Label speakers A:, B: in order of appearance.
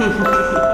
A: Gracias.